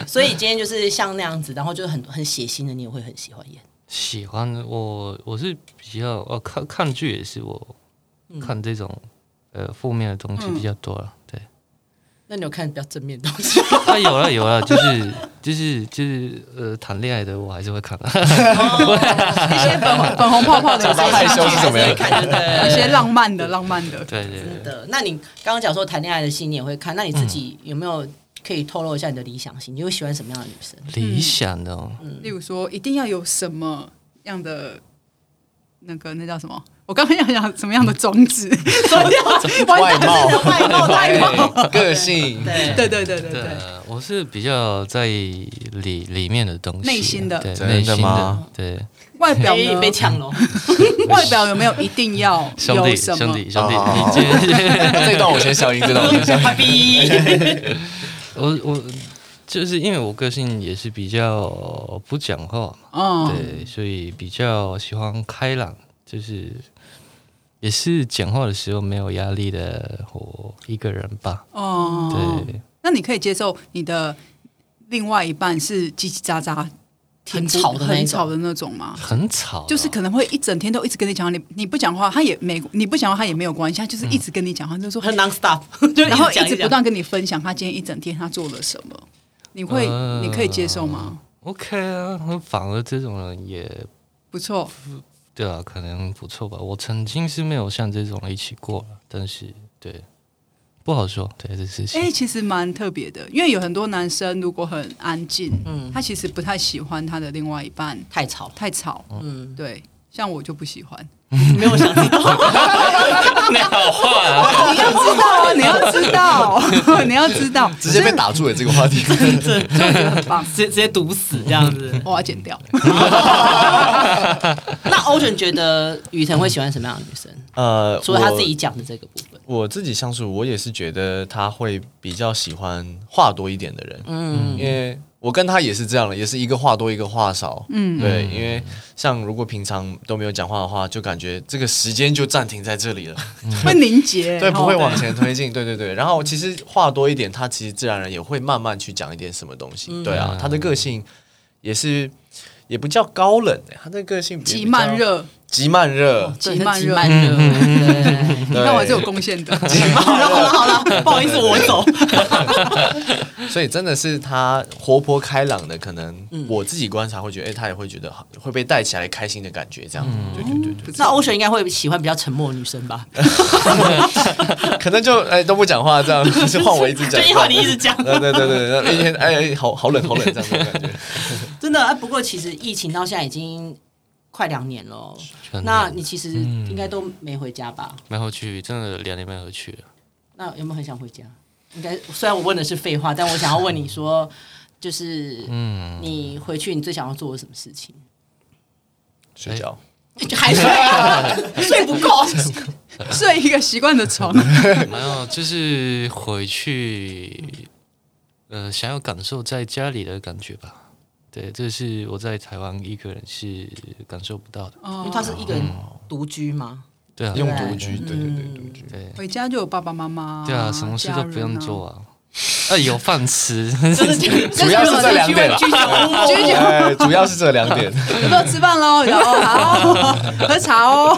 Speaker 1: 所以今天就是像那样子，然后就是很很血腥的，你也会很喜欢演。
Speaker 4: 喜欢我，我是比较哦，看看剧也是我
Speaker 2: 嗯
Speaker 4: 看这种、呃负面的东西比较多了。对，
Speaker 1: 那你有看比较正面的东 西？
Speaker 4: 啊有了有了，就是 就是就是呃谈恋爱的我还是会看 的。
Speaker 2: 一些粉红粉红 泡泡的，
Speaker 3: 讲到害羞是怎么样
Speaker 1: 还会看对对
Speaker 2: 一
Speaker 1: 对
Speaker 2: 些浪漫的浪漫的。嗯
Speaker 4: 对对
Speaker 1: 真
Speaker 4: 对，
Speaker 1: 的。那你刚刚讲说谈恋爱的戏你也会看，那你自己有没有可以透露一下你的理想型？你会喜欢什么样的女生？
Speaker 4: 理想的、哦
Speaker 2: 例如说，一定要有什么样的那个那叫什么？我刚刚想讲什么样的种 子，
Speaker 3: 外貌，
Speaker 1: 外貌
Speaker 2: 外
Speaker 3: 貌，个性，
Speaker 1: 对
Speaker 2: 对对对对
Speaker 4: 对呃
Speaker 2: 对，，
Speaker 4: 我是比较在意里里面的东西，
Speaker 2: 内心的
Speaker 4: 对
Speaker 3: 真的
Speaker 4: 内心
Speaker 3: 吗
Speaker 4: 的，对
Speaker 2: 外表
Speaker 1: 被
Speaker 2: 呢
Speaker 1: 被抢 了，
Speaker 2: 外表有没有一定要
Speaker 4: 兄
Speaker 2: 有
Speaker 4: 弟
Speaker 2: 什
Speaker 4: 兄
Speaker 2: 么？
Speaker 4: 弟兄弟，
Speaker 3: 哦
Speaker 4: 你 今天
Speaker 3: 这段我先消音，这段我 先消音。
Speaker 1: 哈比，
Speaker 4: 我我就是因为我个性也是比较不讲话嘛，
Speaker 2: 嗯，
Speaker 4: 对，所以比较喜欢开朗，就是也是讲话的时候没有压力的我一个人吧。
Speaker 2: 哦，
Speaker 4: 对，
Speaker 2: 那你可以接受你的另外一半是叽叽喳喳、挺
Speaker 1: 很吵的那一种
Speaker 2: 很吵的那种吗？
Speaker 4: 很吵啊，
Speaker 2: 哦就是可能会一整天都一直跟你讲话，你你不讲话，他也没你不讲话，他也没有关系，他就是一直跟你讲话，就说
Speaker 1: 很 non stop，就
Speaker 2: 然后
Speaker 1: 一讲
Speaker 2: 一直不
Speaker 1: 讲。
Speaker 2: 断跟你分享他今天一整天他做了什么，你会、
Speaker 1: 啊
Speaker 4: 呃
Speaker 2: 你可以接受吗？
Speaker 4: OK 啊，反而这种人也
Speaker 2: 不错，
Speaker 4: 对啊，可能不错吧。我曾经是没有像这种人一起过了，但是对，不好说，对这事情
Speaker 2: 哎、。其实蛮特别的，因为有很多男生如果很安静，嗯，他其实不太喜欢他的另外一半
Speaker 1: 太吵，
Speaker 2: 太吵，
Speaker 1: 嗯，
Speaker 2: 对，像我就不喜欢。
Speaker 1: 没有 想到，
Speaker 4: 你好话啊，
Speaker 2: 你要知道啊，你要知道， 你要知道，
Speaker 3: 直接被打住了这个话题，
Speaker 2: 很棒，
Speaker 1: 直接直接毒死这样子。
Speaker 2: 我要剪掉。
Speaker 1: 那 Ocean 觉得雨腾会喜欢什么样的女生？
Speaker 3: 呃，
Speaker 1: 除了他
Speaker 3: 我
Speaker 1: 自己讲的这个部分，
Speaker 3: 我自己相处，我也是觉得他会比较喜欢话多一点的人，嗯，因为我跟他也是这样的，也是一个话多一个话少，嗯，对，因为像如果平常都没有讲话的话，就感觉这个时间就暂停在这里了，
Speaker 2: 会凝结，
Speaker 3: 对，不会
Speaker 2: 哦
Speaker 3: 往。前推进，对对对。然后其实话多一点，他其实自然而然也会慢慢去讲一点什么东西，对啊，他的个性也是也不叫高冷，欸他的个性也比较
Speaker 2: 急慢，热，
Speaker 3: 急慢热，
Speaker 2: 急
Speaker 1: 对
Speaker 2: 慢
Speaker 1: 急
Speaker 2: 热，
Speaker 1: 慢热，对
Speaker 2: 你看我还是有贡献的。
Speaker 1: 嗯好了好了好了，不好意思，我 走。
Speaker 3: 所以真的是他活泼开朗的，可能我自己观察会觉得，哎、他也会觉得好会被带起来开心的感觉，这样，对对
Speaker 2: 哦
Speaker 3: 对
Speaker 1: 那 Ocean 应该会喜欢比较沉默的女生吧？
Speaker 3: 对，可能就哎、都不讲话这样，是换我一直
Speaker 1: 就
Speaker 3: 讲，
Speaker 1: 一会儿你一直讲，
Speaker 3: 对对对对对，一天哎、哎好好冷好冷这样的感 觉，
Speaker 1: 真的。啊不过其实疫情到现在已经快两年了嗯哦，
Speaker 4: 真的
Speaker 1: 那你其实应该都没回家吧？
Speaker 4: 没回去，真的两年没回去了。
Speaker 1: 那有没有很想回家？应该虽然我问的是废话，但我想要问你说，就是你回去你最想要做的什么事情？
Speaker 3: 睡觉。
Speaker 1: 还睡啊？ 睡不够？
Speaker 2: 睡一个习惯的床，
Speaker 4: 没有，就是回去，呃，想要感受在家里的感觉吧。对，这是我在台湾一个人是感受不到的。
Speaker 2: 哦
Speaker 1: 因为他是一个人独居嘛。
Speaker 4: 对啊，
Speaker 3: 哎用独居，对对对，
Speaker 1: 嗯
Speaker 3: 独居。
Speaker 4: 对
Speaker 2: 回家就有爸爸妈妈，
Speaker 4: 对啊，什么事都不用做
Speaker 2: 啊。
Speaker 4: 啊，啊，有饭吃，
Speaker 3: 主要是这两点啦
Speaker 1: 居酒 屋，
Speaker 2: 居酒
Speaker 3: 哎，主要是这两点。
Speaker 2: 有没有吃饭喽？有 好，喝茶哦。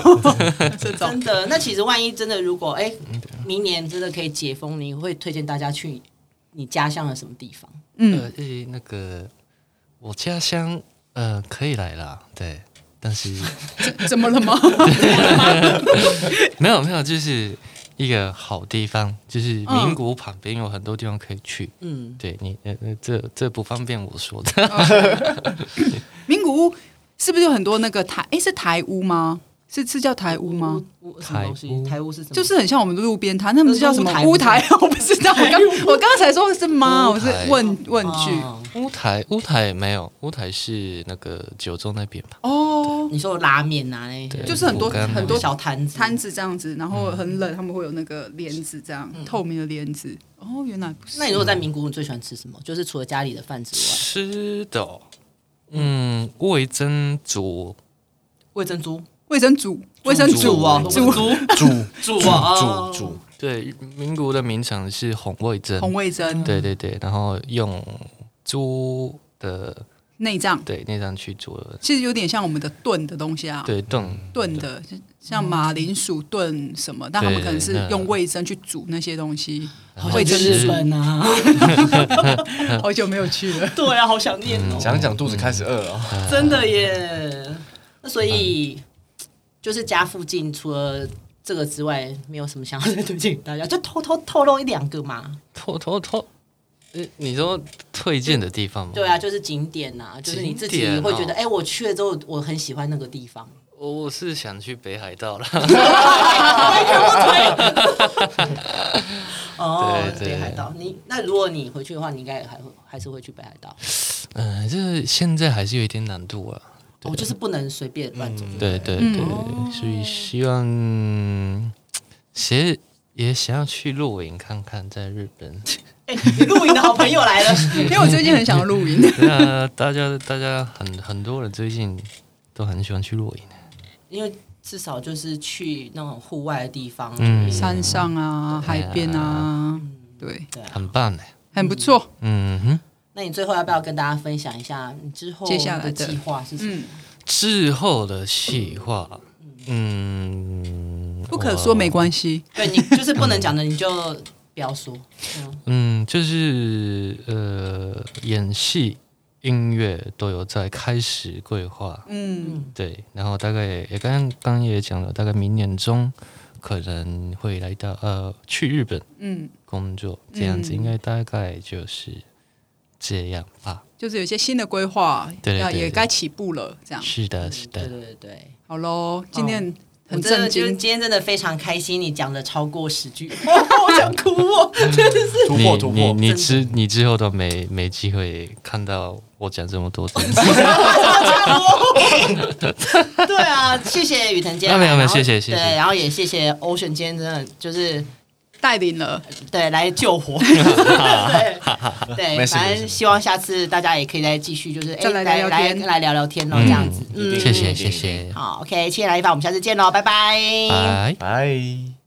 Speaker 2: 这种
Speaker 1: 真的。那其实万一真的，如果哎、明年真的可以解封，你会推荐大家去你家乡的什么地方？
Speaker 4: 嗯， 呃，诶那个我家乡，呃，可以来啦，对，但 是
Speaker 2: 怎么了吗？
Speaker 4: 没有没有，就是一个好地方，就是名古屋旁边有很多地方可以去。
Speaker 1: 嗯，
Speaker 4: 对你，呃，呃这这不方便我说的，
Speaker 2: 名古屋是不是有很多那个台？哎，是台屋吗？是是叫台屋吗？
Speaker 1: 屋？屋什么东西？台屋是什么？
Speaker 2: 就是很像我们的路边摊，那不是叫什么
Speaker 1: 那是
Speaker 2: 乌
Speaker 1: 乌
Speaker 2: 台
Speaker 1: 台？
Speaker 2: 我不知道，我刚我刚才说是吗？
Speaker 4: 乌
Speaker 2: 我是
Speaker 4: 台
Speaker 2: 问问句
Speaker 1: 哦
Speaker 4: 乌台乌台没有，乌台是那个九州那边吧？
Speaker 2: 哦。
Speaker 1: 你说拉面啊那些
Speaker 4: 对
Speaker 2: 就是很多
Speaker 4: 我跟
Speaker 2: 很多
Speaker 1: 小摊子，
Speaker 2: 摊子这样子，然后很冷，他们会有那个帘子这样透明的帘子。哦，原来不是
Speaker 1: 那你如果在名古屋，你最喜欢吃什么？就是除了家里的饭之外，
Speaker 4: 吃的哦、嗯，味增煮
Speaker 1: 味珍珠、
Speaker 2: 卫生组，卫生
Speaker 4: 猪
Speaker 2: 组
Speaker 1: 哦，
Speaker 2: 猪
Speaker 1: 猪
Speaker 3: 煮
Speaker 1: 猪
Speaker 3: 煮
Speaker 1: 哦，
Speaker 3: 煮
Speaker 4: 对，名古屋的名产是红味增，
Speaker 2: 红卫生
Speaker 4: 对对对，然后用猪的
Speaker 2: 内脏，
Speaker 4: 对内脏去做的，
Speaker 2: 其实有点像我们的炖的东西啊，
Speaker 4: 对炖
Speaker 2: 炖的像马铃薯炖什么，但他们可能是用卫生去煮那些东西。
Speaker 1: 好
Speaker 2: 味
Speaker 1: 想去
Speaker 2: 珍
Speaker 1: 日本啊！
Speaker 2: 好久没有去了，
Speaker 1: 对啊，好想念哦，
Speaker 3: 讲讲肚子开始饿了哦，
Speaker 1: 真的耶。那所
Speaker 4: 嗯
Speaker 1: 以就是家附近除了这个之外，没有什么想要再推荐给大家，就偷偷透露一两个嘛。
Speaker 4: 偷偷偷。呃，你说推荐的地方吗？
Speaker 1: 对啊，就是景点呐、啊，就是你自己
Speaker 4: 景点哦
Speaker 1: 会觉得，哎、我去了之后，我很喜欢那个地 方。
Speaker 4: 我我是想去北海道了。
Speaker 1: 哦，
Speaker 4: 对对
Speaker 1: 北海道，你那如果你回去的话，你应该还会还是会去北海道。
Speaker 4: 嗯、这现在还是有一点难度啊。
Speaker 1: 我、哦就是不能随便乱走。
Speaker 4: 对对对，所以希望谁也想要去露营看看，在日本。
Speaker 1: 哎、你 露营的好朋友来了，
Speaker 2: 因为我最近很想要露营。
Speaker 4: 那啊大家大家很很多人最近都很喜欢去露营，
Speaker 1: 因为至少就是去那种户外的地方，
Speaker 4: 嗯
Speaker 2: 山上啊，海边啊，对，
Speaker 4: 很棒的。
Speaker 2: 很不错。
Speaker 4: 嗯哼，
Speaker 1: 那你最后要不要跟大家分享一下你之后
Speaker 2: 接下来的
Speaker 1: 计划是什么？
Speaker 2: 嗯，
Speaker 4: 之后的计划，嗯，
Speaker 2: 不可说没
Speaker 4: 我
Speaker 2: 关系。
Speaker 1: 对你就是不能讲的，你就不要说。嗯，
Speaker 4: 嗯，就是呃，演戏、音乐都有在开始规划。
Speaker 2: 嗯，
Speaker 4: 对，然后大概也刚刚也讲了，大概明年中可能会来到呃去日本
Speaker 2: 嗯，
Speaker 4: 工作，这样子、
Speaker 2: 嗯
Speaker 4: 应该大概就是这样吧。
Speaker 2: 就是有一些新的规划，
Speaker 4: 对对
Speaker 2: 要
Speaker 4: 对
Speaker 2: 也
Speaker 4: 对
Speaker 2: 该起步了。这样
Speaker 4: 是的，是
Speaker 1: 对
Speaker 4: 的，
Speaker 1: 对对对。
Speaker 2: 好喽，今天很
Speaker 1: 我真的
Speaker 2: 震
Speaker 1: 就是
Speaker 2: 惊，
Speaker 1: 今天真的非常开心，你讲的超过十句， 我想哭哦，真的是。
Speaker 3: 突
Speaker 4: 你
Speaker 3: 破突
Speaker 4: 你
Speaker 3: 破，
Speaker 4: 你之你之后都没没机会看到我讲这么多东西。
Speaker 1: 哦 对啊，谢谢雨腾今天来，
Speaker 4: 啊没有没有
Speaker 1: 然后
Speaker 4: 谢谢谢谢
Speaker 1: 对，然后也谢谢 Ocean 今天真的就是
Speaker 2: 带领了。
Speaker 1: 对来救 火，对对，
Speaker 3: 没事
Speaker 1: 反
Speaker 3: 没
Speaker 1: 正
Speaker 3: 事
Speaker 1: 希望下次大家也可以再继续，就是哎
Speaker 2: 再来
Speaker 1: 来
Speaker 2: 聊聊
Speaker 1: 来
Speaker 2: 天
Speaker 1: 来聊聊天喽，这样子，
Speaker 3: 嗯
Speaker 1: 嗯，
Speaker 4: 谢谢谢谢，
Speaker 1: 好，OK，谢谢来一发，我们下次见喽，拜拜，
Speaker 4: 拜。
Speaker 3: 拜。